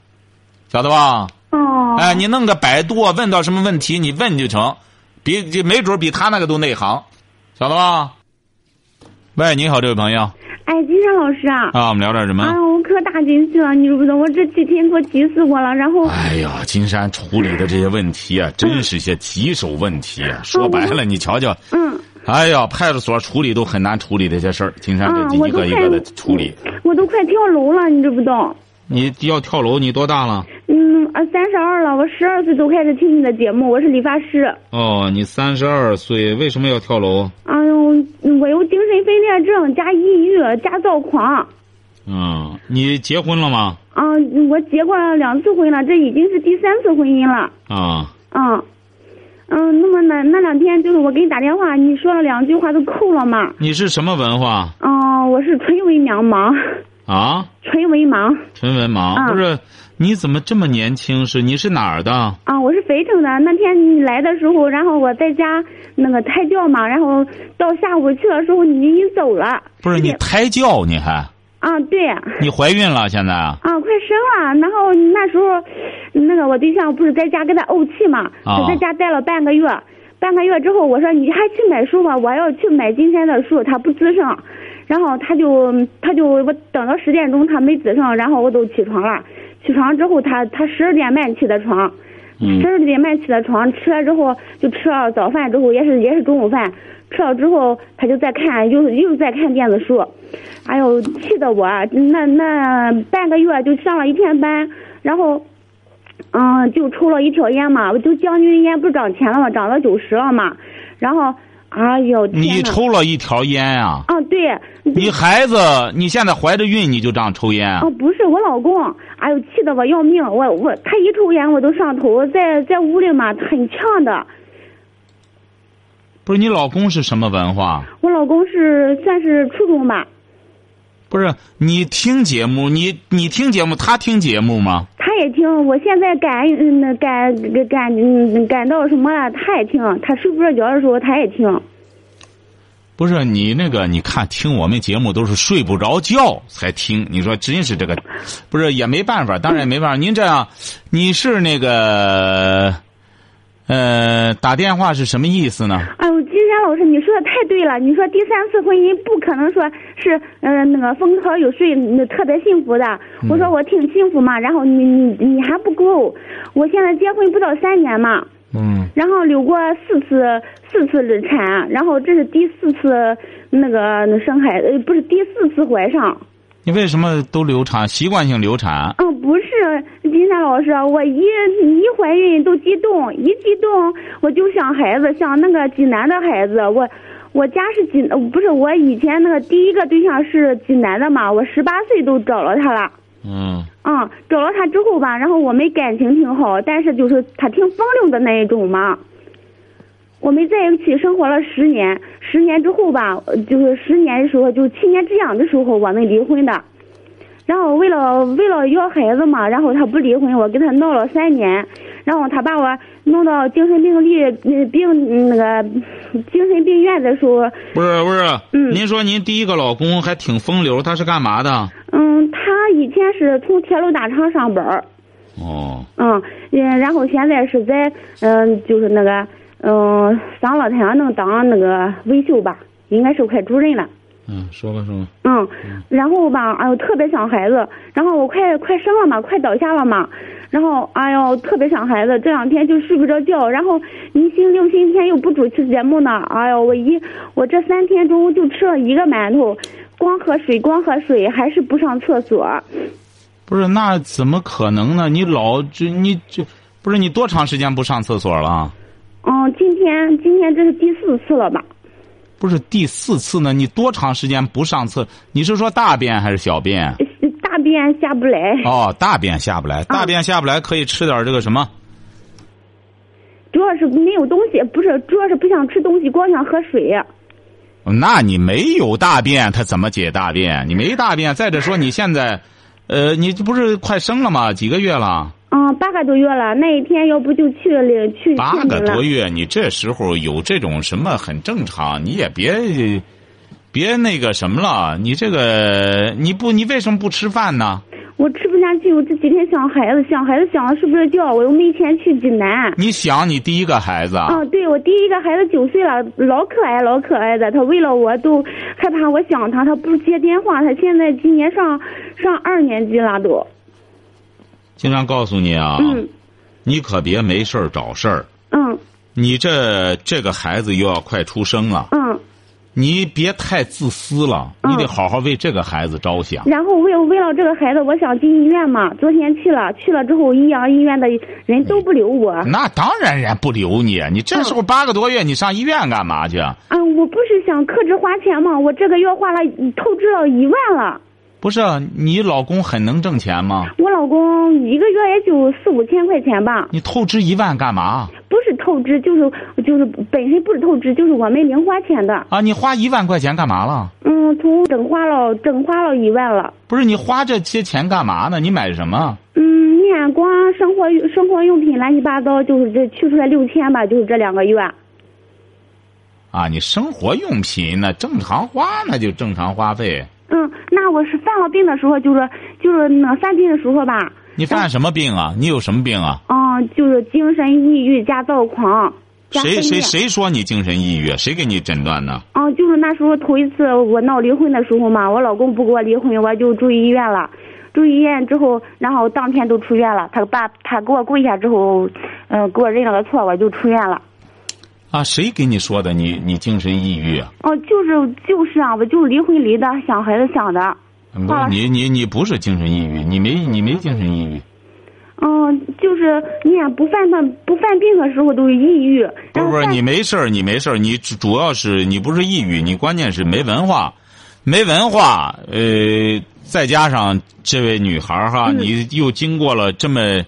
S2: 晓得吧？
S7: 哦，
S2: 哎，你弄个百度，问到什么问题你问就成，比这没准比他那个都内行，晓得吧？喂，你好，这位朋友
S8: 哎，金山老师啊，
S2: 啊，我们聊点什么？
S8: 啊，我可打进去了，你知不知道？我这几天可急死我了。然后，
S2: 哎呀，金山处理的这些问题啊，真是些棘手问题啊！说白了，你瞧瞧，
S8: 嗯
S2: 哎呀，派出所处理都很难处理这些事儿，金山
S8: 嗯，
S2: 这
S8: 我
S2: 一
S8: 都
S2: 个
S8: 快
S2: 一个的处理。
S8: 我都快跳楼了，你知不知道？
S2: 你要跳楼，你多大了？
S8: 嗯，啊，三十二了，我十二岁就开始听你的节目，我是理发师。
S2: 哦，你三十二岁，为什么要跳楼？
S8: 哎呦，我有精神分裂症加抑郁加躁狂。
S2: 嗯，你结婚了吗？
S8: 啊，我结过了两次婚了，这已经是第三次婚姻了。
S2: 啊，
S8: 嗯，嗯，那么那那两天就是我给你打电话，你说了两句话都扣了嘛。
S2: 你是什么文化
S8: 嗯，我是纯文盲盲，
S2: 啊？
S8: 纯文盲
S2: 纯文盲、
S8: 嗯
S2: 不是？你怎么这么年轻？是你是哪儿的？
S8: 啊，我是肥城的。那天你来的时候，然后我在家那个胎教嘛，然后到下午去的时候你已经走了。
S2: 不是
S8: 十
S2: 你
S8: 点
S2: 胎教？你还
S8: 啊，对啊，
S2: 你怀孕了？现在啊？
S8: 快生了。然后那时候，那个我对象不是在家跟他怄气嘛，
S2: 啊
S8: 他在家待了半个月。半个月之后，我说你还去买书吧，我要去买今天的书，他不吱声。然后他就他就我等到十点钟他没吱声，然后我都起床了。起床之后他他十二点半起的床，
S2: 嗯
S8: 十二点半起的床，吃了之后就吃了早饭之后，也是也是中午饭，吃了之后他就在看，又又在看电子书，哎呦，气得我啊那那半个月就上了一天班，然后。嗯，就抽了一条烟嘛，我就将军烟不是涨钱了吗？涨到九十了嘛，然后，哎呦，天
S2: 你
S8: 呐
S2: 抽了一条烟啊？
S8: 啊，对，
S2: 你孩子，你现在怀着孕，你就这样抽烟啊
S8: 哦，？不是我老公，哎呦，气得我要命，我我他一抽烟我都上头，在在屋里嘛很呛的，
S2: 不是，你老公是什么文化？
S8: 我老公是算是初中吧，
S2: 不是，你听节目，你你听节目，他听节目吗？
S8: 他也听。我现在感嗯感感感嗯感到什么了，他也听。他睡不着觉的时候，他也听。
S2: 不是你那个，你看听我们节目都是睡不着觉才听，你说真是这 个，不是也没办法，当然也没办法。您这样，你是那个，呃，打电话是什么意思呢？
S8: 哎呦，金山老师，你说的太对了。你说第三次婚姻不可能说是嗯、呃那个风调雨顺，那特别幸福的。我说我挺幸福嘛，然后你你你还不够，我现在结婚不到三年嘛，
S2: 嗯，
S8: 然后流过四次四次产，然后这是第四次那个生孩呃不是第四次怀上。
S2: 你为什么都流产？习惯性流产？
S8: 嗯，不是，金山老师，啊我一一怀孕都激动，一激动我就想孩子，想那个济南的孩子。我我家是济，呃不是我以前那个第一个对象是济南的嘛，我十八岁都找了他了。
S2: 嗯，
S8: 嗯，找了他之后吧，然后我们感情挺好，但是就是他挺风流的那一种嘛。我们在一起生活了十年，十年之后吧，呃就是十年的时候，就七年之痒的时候，我们离婚的。然后为了为了要孩子嘛，然后他不离婚，我跟他闹了三年，然后他把我弄到精神病例呃病那个精神病院的时候，
S2: 不是不是，
S8: 嗯
S2: 您说您第一个老公还挺风流，他是干嘛的？
S8: 嗯，他以前是从铁路大厂上班儿。
S2: 哦，
S8: 嗯，嗯，然后现在是在嗯、就是那个嗯，上了太阳能当那个维修吧，应该是快主任了。
S2: 嗯，说吧说吧，
S8: 嗯，然后吧，哎呦，特别想孩子，然后我快快生了嘛，快倒下了嘛，然后哎呦，特别想孩子，这两天就睡不着觉，然后一星期六、星期天又不主持节目呢，哎呦，我一我这三天中就吃了一个馒头，光喝水，光喝水，还是不上厕所。
S2: 不是那怎么可能呢？你老这你这不是你多长时间不上厕所了？
S8: 嗯，今天今天这是第四次了吧？
S2: 不是第四次呢？你多长时间不上厕？你是说大便还是小便？
S8: 便下不来，
S2: 哦，大便下不来，大便下不来可以吃点这个什么？
S8: 主要是没有东西，不是，主要是不想吃东西，光想喝水。
S2: 那你没有大便，他怎么解大便？你没大便，再者说你现在，呃，你不是快生了吗？几个月了？
S8: 嗯，八个多月了，那一天要不就去了去
S2: 八
S8: 县
S2: 个
S8: 里了
S2: 多。月，你这时候有这种什么很正常，你也别，别那个什么了。你这个你不你为什么不吃饭呢？
S8: 我吃不下去，我这几天想孩子，想孩子想的睡不着觉，我又没钱去济南。
S2: 你想你第一个孩子啊，
S8: 嗯，对，我第一个孩子九岁了，老可爱老可爱的，他为了我都害怕我想他，他不接电话，他现在今年上上二年级了
S2: 啊
S8: 都。
S2: 经常告诉你啊，
S8: 嗯
S2: 你可别没事儿找事儿。
S8: 嗯
S2: 你这这个孩子又要快出生了，
S8: 嗯，
S2: 你别太自私了，
S8: 嗯
S2: 你得好好为这个孩子着想。
S8: 然后为为了这个孩子，我想进医院嘛，昨天去了，去了之后，益阳医院的人都不留我。
S2: 那当然人家不留你，啊你这时候八个多月，你上医院干嘛去？啊？
S8: 啊，我不是想克制花钱嘛，我这个月花了透支了一万了。
S2: 不是啊你老公很能挣钱吗？
S8: 我老公一个月也就四五千块钱吧，
S2: 你透支一万干嘛
S8: 不是透支，就是就是本身不是透支，就是我们零花钱的。
S2: 啊？你花一万块钱干嘛了？
S8: 嗯，从整花了整花了一万了。
S2: 不是你花这些钱干嘛呢？你买什么？
S8: 嗯，面光生活用生活用品乱七八糟，就是这去出来六千吧，就是这两个月。
S2: 啊，你生活用品呢？正常花那就正常花费。
S8: 嗯，那我是犯了病的时候，就是就是那犯病的时候吧，
S2: 你犯什么病啊？你有什么病啊？
S8: 嗯，就是精神抑郁加躁狂，加
S2: 谁
S8: 黑
S2: 谁
S8: 夜
S2: 谁说你精神抑郁？啊谁给你诊断的？
S8: 嗯，就是那时候头一次我闹离婚的时候嘛，我老公不给我离婚，我就住医院了。住医院之后，然后当天都出院了。他爸他给我跪下之后，嗯、给我认了个错，我就出院了。
S2: 啊，谁给你说的？你你精神抑郁啊？
S8: 哦，就是就是啊，我就是离婚离的，想孩子想的。
S2: 不是
S8: 啊
S2: 你你你不是精神抑郁，你没你没精神抑郁。
S8: 嗯，就是你也不犯病，不犯病的时候都是抑郁。
S2: 不是
S8: 然后
S2: 不是，
S8: 犯
S2: 你没事儿，你没事儿，你主主要是你不是抑郁，你关键是没文化，没文化，呃，再加上这位女孩儿哈，你又经过了这么，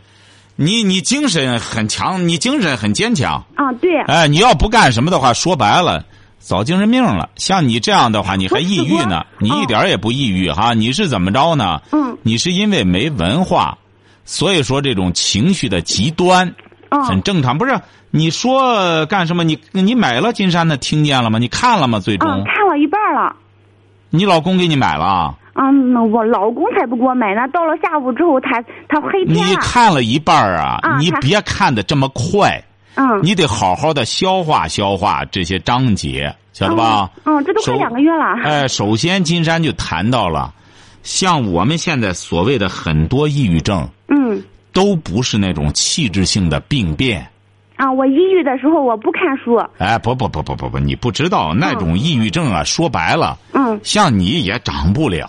S2: 你你精神很强，你精神很坚强，
S8: 啊，对，
S2: 哎，你要不干什么的话，说白了，早精神病了。像你这样的话，你还
S8: 我
S2: 抑
S8: 死
S2: 郁
S8: 过
S2: 呢？你一
S8: 哦
S2: 点儿也不抑郁哈，你是怎么着呢？
S8: 嗯
S2: 你是因为没文化，所以说这种情绪的极端
S8: 嗯
S2: 很正常。不是你说干什么？你你买了金山的，听见了吗？你看了吗？最
S8: 嗯，
S2: 终
S8: 看了一半了。
S2: 你老公给你买了，
S8: 嗯，那我老公才不给我买呢。到了下午之后，他他黑
S2: 你
S8: 天了。
S2: 看了一半儿啊，
S8: 啊
S2: 你
S8: 看
S2: 别看的这么快，
S8: 嗯，
S2: 你得好好的消化消化这些章节，晓得吧？
S8: 嗯，这都快
S2: 首
S8: 两个月了。
S2: 哎，首先金山就谈到了，像我们现在所谓的很多抑郁症，
S8: 嗯，
S2: 都不是那种器质性的病变。
S8: 啊，我抑郁的时候我不看书。
S2: 哎，不不不不不不，你不知道那种抑郁症啊，说白了，
S8: 嗯
S2: 像你也长不了。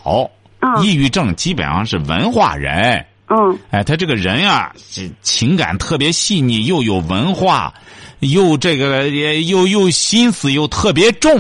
S8: 嗯
S2: 抑郁症基本上是文化人，
S8: 嗯
S2: 哎，他这个人啊，这情感特别细腻，又有文化，又这个也又又心思又特别重，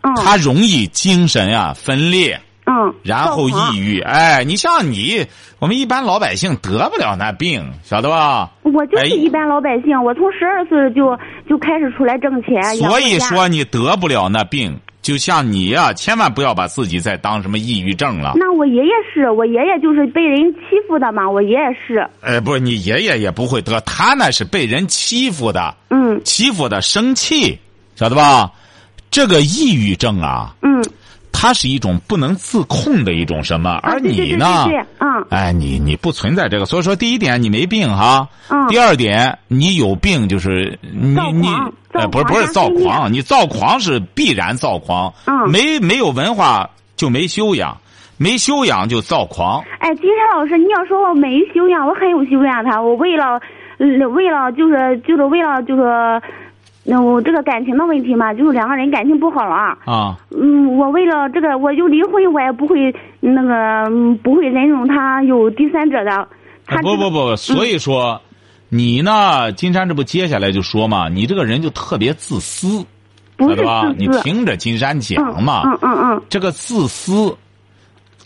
S8: 嗯
S2: 他容易精神啊分裂。
S8: 嗯，
S2: 然后
S8: 躁狂
S2: 抑郁。哎，你像你，我们一般老百姓得不了那病，晓得吧？
S8: 我就
S2: 哎
S8: 是一般老百姓，我从十二岁就就开始出来挣钱，哎养
S2: 所以
S8: 活家
S2: 说你得不了那病，就像你呀、千万不要把自己再当什么抑郁症了。
S8: 那我爷爷是我爷爷就是被人欺负的嘛，我爷爷是，
S2: 哎，不是，你爷爷也不会得，他那是被人欺负的，
S8: 嗯
S2: 欺负的生气，晓得吧？这个抑郁症啊，
S8: 嗯，
S2: 它是一种不能自控的一种什么，而
S8: 啊对对
S2: 你
S8: 对
S2: 呢？
S8: 对对嗯
S2: 哎，你你不存在这个，所以说第一点你没病哈，
S8: 嗯
S2: 第二点你有病就是你
S8: 躁
S2: 你
S8: 狂
S2: 呃
S8: 躁
S2: 不是
S8: 狂
S2: 不是
S8: 加
S2: 躁
S8: 黑夜
S2: 狂，你躁狂是必然躁狂，
S8: 嗯
S2: 没没有文化就没修养，没修养就躁狂，
S8: 哎，金山老师，你要说我没修养，我很有修养的，我为了，呃为了就是就是为了就是，那、我这个感情的问题嘛，就是两个人感情不好啊，
S2: 啊，
S8: 嗯，我为了这个，我就离婚，我也不会那个嗯不会容忍他有第三者的。他、嗯
S2: 哎不不，不，所以说、你呢，金山这不接下来就说嘛，你这个人就特别自私，
S8: 不
S2: 晓
S8: 是
S2: 得吧？你
S8: 自私，
S2: 听着金山
S8: 嗯
S2: 讲嘛，
S8: 嗯嗯嗯
S2: 这个自私，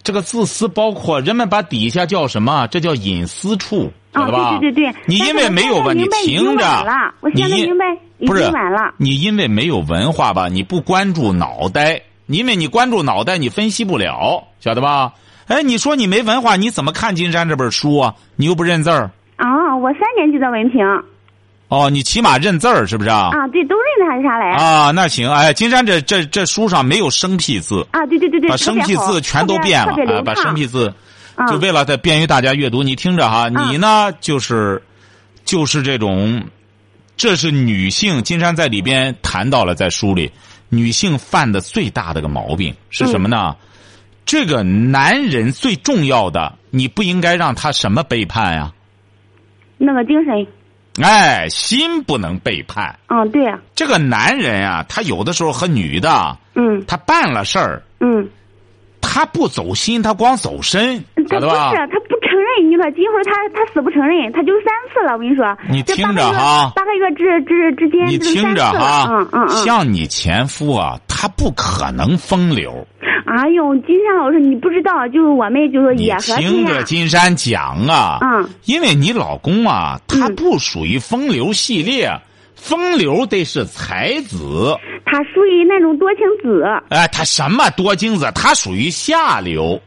S2: 这个自私包括人们把底下叫什么？这叫隐私处，
S8: 啊
S2: 晓得吧？
S8: 对对对对
S2: 你因为没有吧，
S8: 但是
S2: 你
S8: 我现在明白
S2: 听
S8: 已经
S2: 着
S8: 晚了，我
S2: 你
S8: 现在
S2: 因
S8: 明白已
S2: 不是
S8: 经晚了
S2: 你因为没有文化吧，你不关注脑袋，因为你关注脑袋，你分析不了，晓得吧？哎，你说你没文化，你怎么看金山这本书啊？你又不认字儿
S8: 啊，我三年级的文凭
S2: 哦，你起码认字儿是不是啊？
S8: 啊，对，都认得下来
S2: 啊，那行，哎，金山这这这书上没有生僻字，
S8: 啊，对对对对，
S2: 把
S8: 特
S2: 生
S8: 别
S2: 僻
S8: 好
S2: 字全
S8: 特
S2: 都
S8: 别
S2: 变
S8: 特别
S2: 了，啊，
S8: 流
S2: 把生
S8: 畅
S2: 僻字，
S8: 嗯
S2: 就为了再便于大家阅读。你听着哈，你呢就是，就是这种，这是女性。金山在里边谈到了，在书里，女性犯的最大的个毛病是什么呢？
S8: 嗯
S2: 这个男人最重要的，你不应该让他什么背叛呀、
S8: 那个精神，
S2: 哎，心不能背叛。
S8: 啊，对啊，
S2: 这个男人啊，他有的时候和女的，
S8: 嗯
S2: 他办了事儿，
S8: 嗯，
S2: 他不走心，他光走身，
S8: 他
S2: 晓
S8: 嗯不
S2: 得
S8: 是啊
S2: 吧？
S8: 他不承认，你说今后他他死不承认，他就三次了，我跟你说，
S2: 你
S8: 这
S2: 听
S8: 八个
S2: 着
S8: 月
S2: 哈
S8: 八个月之之之间，
S2: 你
S8: 这都
S2: 听
S8: 三
S2: 着
S8: 次
S2: 哈，
S8: 了嗯嗯嗯，
S2: 像你前夫啊，他不可能风流。
S8: 哎呦，金山老师，你不知道，就是我们就是
S2: 你
S8: 也和
S2: 听
S8: 亲哎呀啊
S2: 着，金山讲啊，
S8: 嗯
S2: 因为你老公啊，他
S8: 嗯
S2: 不属于风流系列，风流得是才子，
S8: 他属于那种多情子。
S2: 哎，他什么多精子，他属于下流，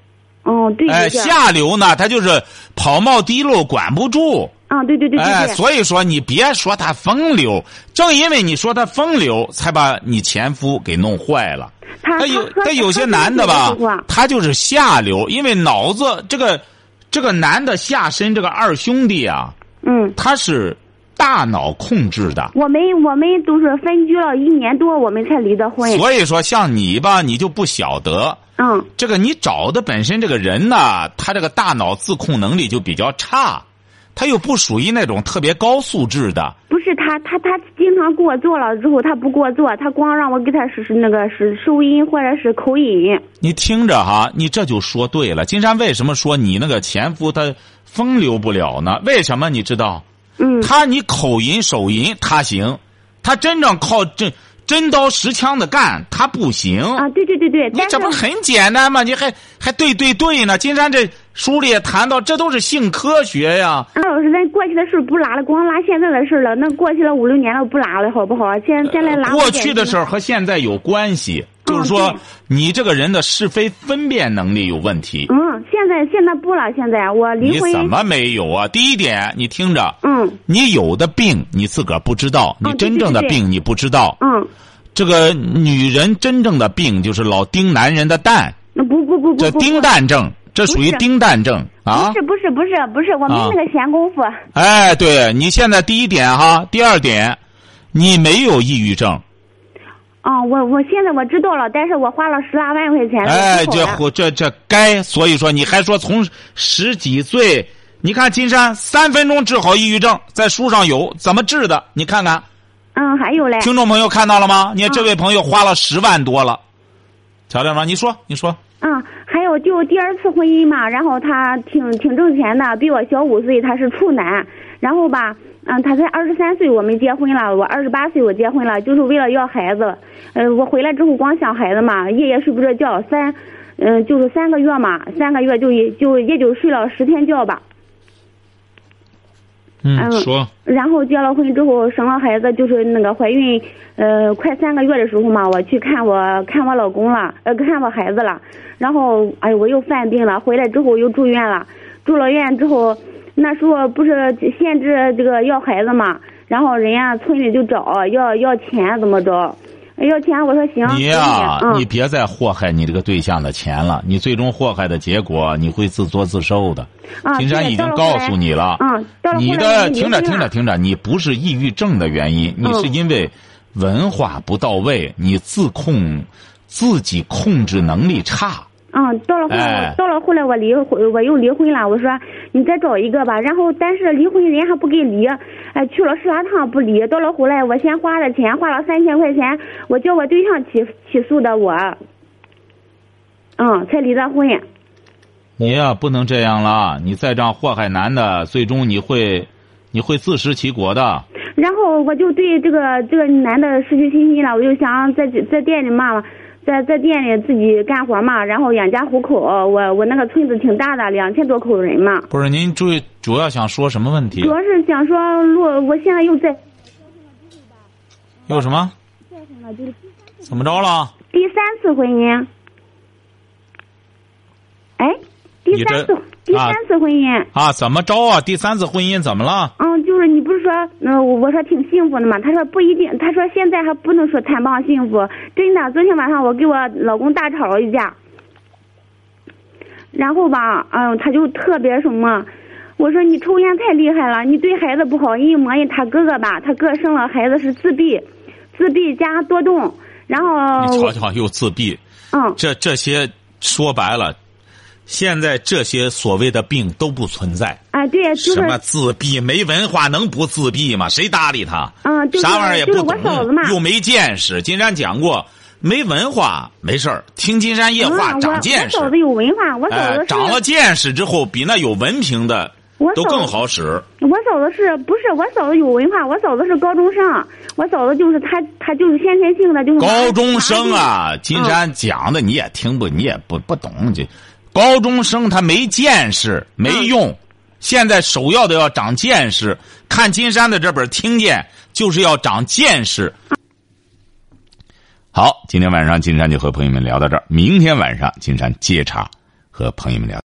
S8: 哦，对
S2: 哎，
S8: 对对，
S2: 下流呢，他就是跑冒滴漏，管不住，
S8: 啊，对对对对
S2: 哎，
S8: 对，
S2: 所以说你别说他风流，正因为你说他风流，才把你前夫给弄坏了。
S8: 他
S2: 他有
S8: 他喝
S2: 他哎有些男的
S8: 他
S2: 吧
S8: 喝酒的时候啊，
S2: 他就是下流，因为脑子这个这个男的下身这个二兄弟啊，
S8: 嗯，
S2: 他是大脑控制的。
S8: 我们我们都是分居了一年多，我们才离的婚。
S2: 所以说，像你吧，你就不晓得
S8: 嗯
S2: 这个你找的本身这个人呢，他这个大脑自控能力就比较差，他又不属于那种特别高素质的。
S8: 不是他，他他经常给我做了之后，他不给我做，他光让我给他是是那个是收音或者是口音。
S2: 你听着哈，你这就说对了。金山为什么说你那个前夫他风流不了呢？为什么你知道？
S8: 嗯，
S2: 他你口淫手淫他行，他真正靠真真刀实枪的干他不行。
S8: 啊，对对对对，
S2: 你
S8: 但是
S2: 这不很简单吗？你还还对对对呢？金山这书里也谈到，这都是性科学呀。
S8: 安老师，咱过去的事儿不拉了，光拉现在的事儿了。那过去了五六年了，不拉了，好不好？现现在拉
S2: 过去的事
S8: 儿，
S2: 儿和现在有关系，就是
S8: 嗯
S2: 说
S8: 对
S2: 你这个人的是非分辨能力有问题。
S8: 嗯，现在现在不了，现在我离
S2: 你
S8: 婚，
S2: 怎么没有啊？第一点，你听着，
S8: 嗯
S2: 你有的病你自个儿不知道，你
S8: 哦对
S2: 真正的
S8: 对对对
S2: 病你不知道。
S8: 嗯，
S2: 这个女人真正的病就是老盯男人的蛋，
S8: 那不不不不
S2: 这
S8: 不，
S2: 丁蛋症，这属于
S8: 不是
S2: 丁蛋症啊
S8: 不。是不是不是不是，我没
S2: 啊
S8: 那个闲工夫。
S2: 哎，对你现在第一点哈，第二点，你没有抑郁症。
S8: 啊、我我现在我知道了，但是我花了十来万块钱了。
S2: 哎，
S8: 我
S2: 这
S8: 出口了
S2: 胡这这该，所以说你还说从十几岁，你看金山三分钟治好抑郁症，在书上有怎么治的，你看看，
S8: 嗯，还有嘞，
S2: 听众朋友看到了
S8: 嗯
S2: 吗？你看这位朋友花了十万多了，瞧见吗？你说，你说。
S8: 嗯，还有就第二次婚姻嘛，然后他挺挺挣钱的，比我小五岁，他是处男，然后吧，嗯，他才二十三岁，我们结婚了，我二十八岁我结婚了，就是为了要孩子，呃，我回来之后光想孩子嘛，夜夜睡不着觉，三，嗯、就是三个月嘛，三个月就也就也就睡了十天觉吧，
S2: 嗯
S8: 嗯
S2: 说
S8: 然后结了婚之后生了孩子，就是那个怀孕，呃，快三个月的时候嘛，我去看我看我老公了，呃，看我孩子了，然后哎，我又犯病了，回来之后又住院了，住了院之后，那时候不是限制这个要孩子嘛，然后人家村里就找要要钱怎么着，要钱我说行，
S2: 你
S8: 可以
S2: 呀、
S8: 嗯，
S2: 你别再祸害你这个对象的钱了，你最终祸害的结果你会自作自受的。
S8: 啊
S2: 金山
S8: 对
S2: 已
S8: 到
S2: 经
S8: 了后
S2: 告
S8: 来
S2: 诉你了，
S8: 嗯，到了
S2: 你
S8: 后来
S2: 的
S8: 我们离
S2: 听着
S8: 婚
S2: 听着
S8: 了
S2: 听着，你不是抑郁症的原因，你
S8: 嗯
S2: 是因为文化不到位，你自控自己控制能力差。
S8: 嗯，到了后来，
S2: 哎
S8: 到了后来我离婚，我又离婚了。我说你再找一个吧，然后但是离婚人家还不给离，哎，去了十来趟不离。到了后来，我先花的钱，花了三千块钱，我叫我对象起起诉的我，嗯，才离的婚。
S2: 你呀、不能这样了，你再这样祸害男的，最终你会你会自食其果的。
S8: 然后我就对这个这个男的失去信心了，我就想在在店里骂了，在在店里自己干活嘛，然后养家糊口。我我那个村子挺大的，两千多口人嘛。
S2: 不是您注意主要想说什么问题
S8: 主？要是想说，落我现在又在
S2: 又什么？怎么着了？
S8: 第三次婚姻。哎，第
S2: 你这
S8: 三次第
S2: 啊
S8: 三次婚姻。
S2: 啊，怎么着啊？第三次婚姻怎么了？
S8: 嗯，就是你不是说，嗯、我我说挺幸福的嘛？他说不一定，他说现在还不能说谈不上幸福。真的，昨天晚上我跟我老公大吵了一架，然后吧，嗯、他就特别什么，我说你抽烟太厉害了，你对孩子不好。因为磨人他哥哥吧，他哥生了孩子是自闭，自闭加多动，然后
S2: 你瞧瞧，又自闭，
S8: 嗯，
S2: 这这些说白了，现在这些所谓的病都不存在。
S8: 啊对，就
S2: 什
S8: 是
S2: 么自闭？没文化能不自闭吗？谁搭理他？
S8: 嗯就是
S2: 啥玩意儿也不
S8: 就是我嫂子
S2: 懂
S8: 嘛，
S2: 又没见识。金山讲过，没文化没事儿，听金山夜话
S8: 嗯我
S2: 长
S8: 我
S2: 见识。
S8: 嫂子有文化，我嫂
S2: 哎
S8: 子是、
S2: 长了见识之后，比那有文凭的
S8: 我
S2: 都
S8: 嫂
S2: 更
S8: 子
S2: 好使。
S8: 我嫂子是不是我嫂子有文化？我嫂子是高中生，我嫂子就是她，她就是先天性的，就是
S2: 高中生，啊，金山讲的你也听不，你也不不懂。这高中生他没见识，没用。现在首要的要长见识。看金山的这本《听见》，就是要长见识。好，今天晚上金山就和朋友们聊到这儿，明天晚上金山接茬和朋友们聊。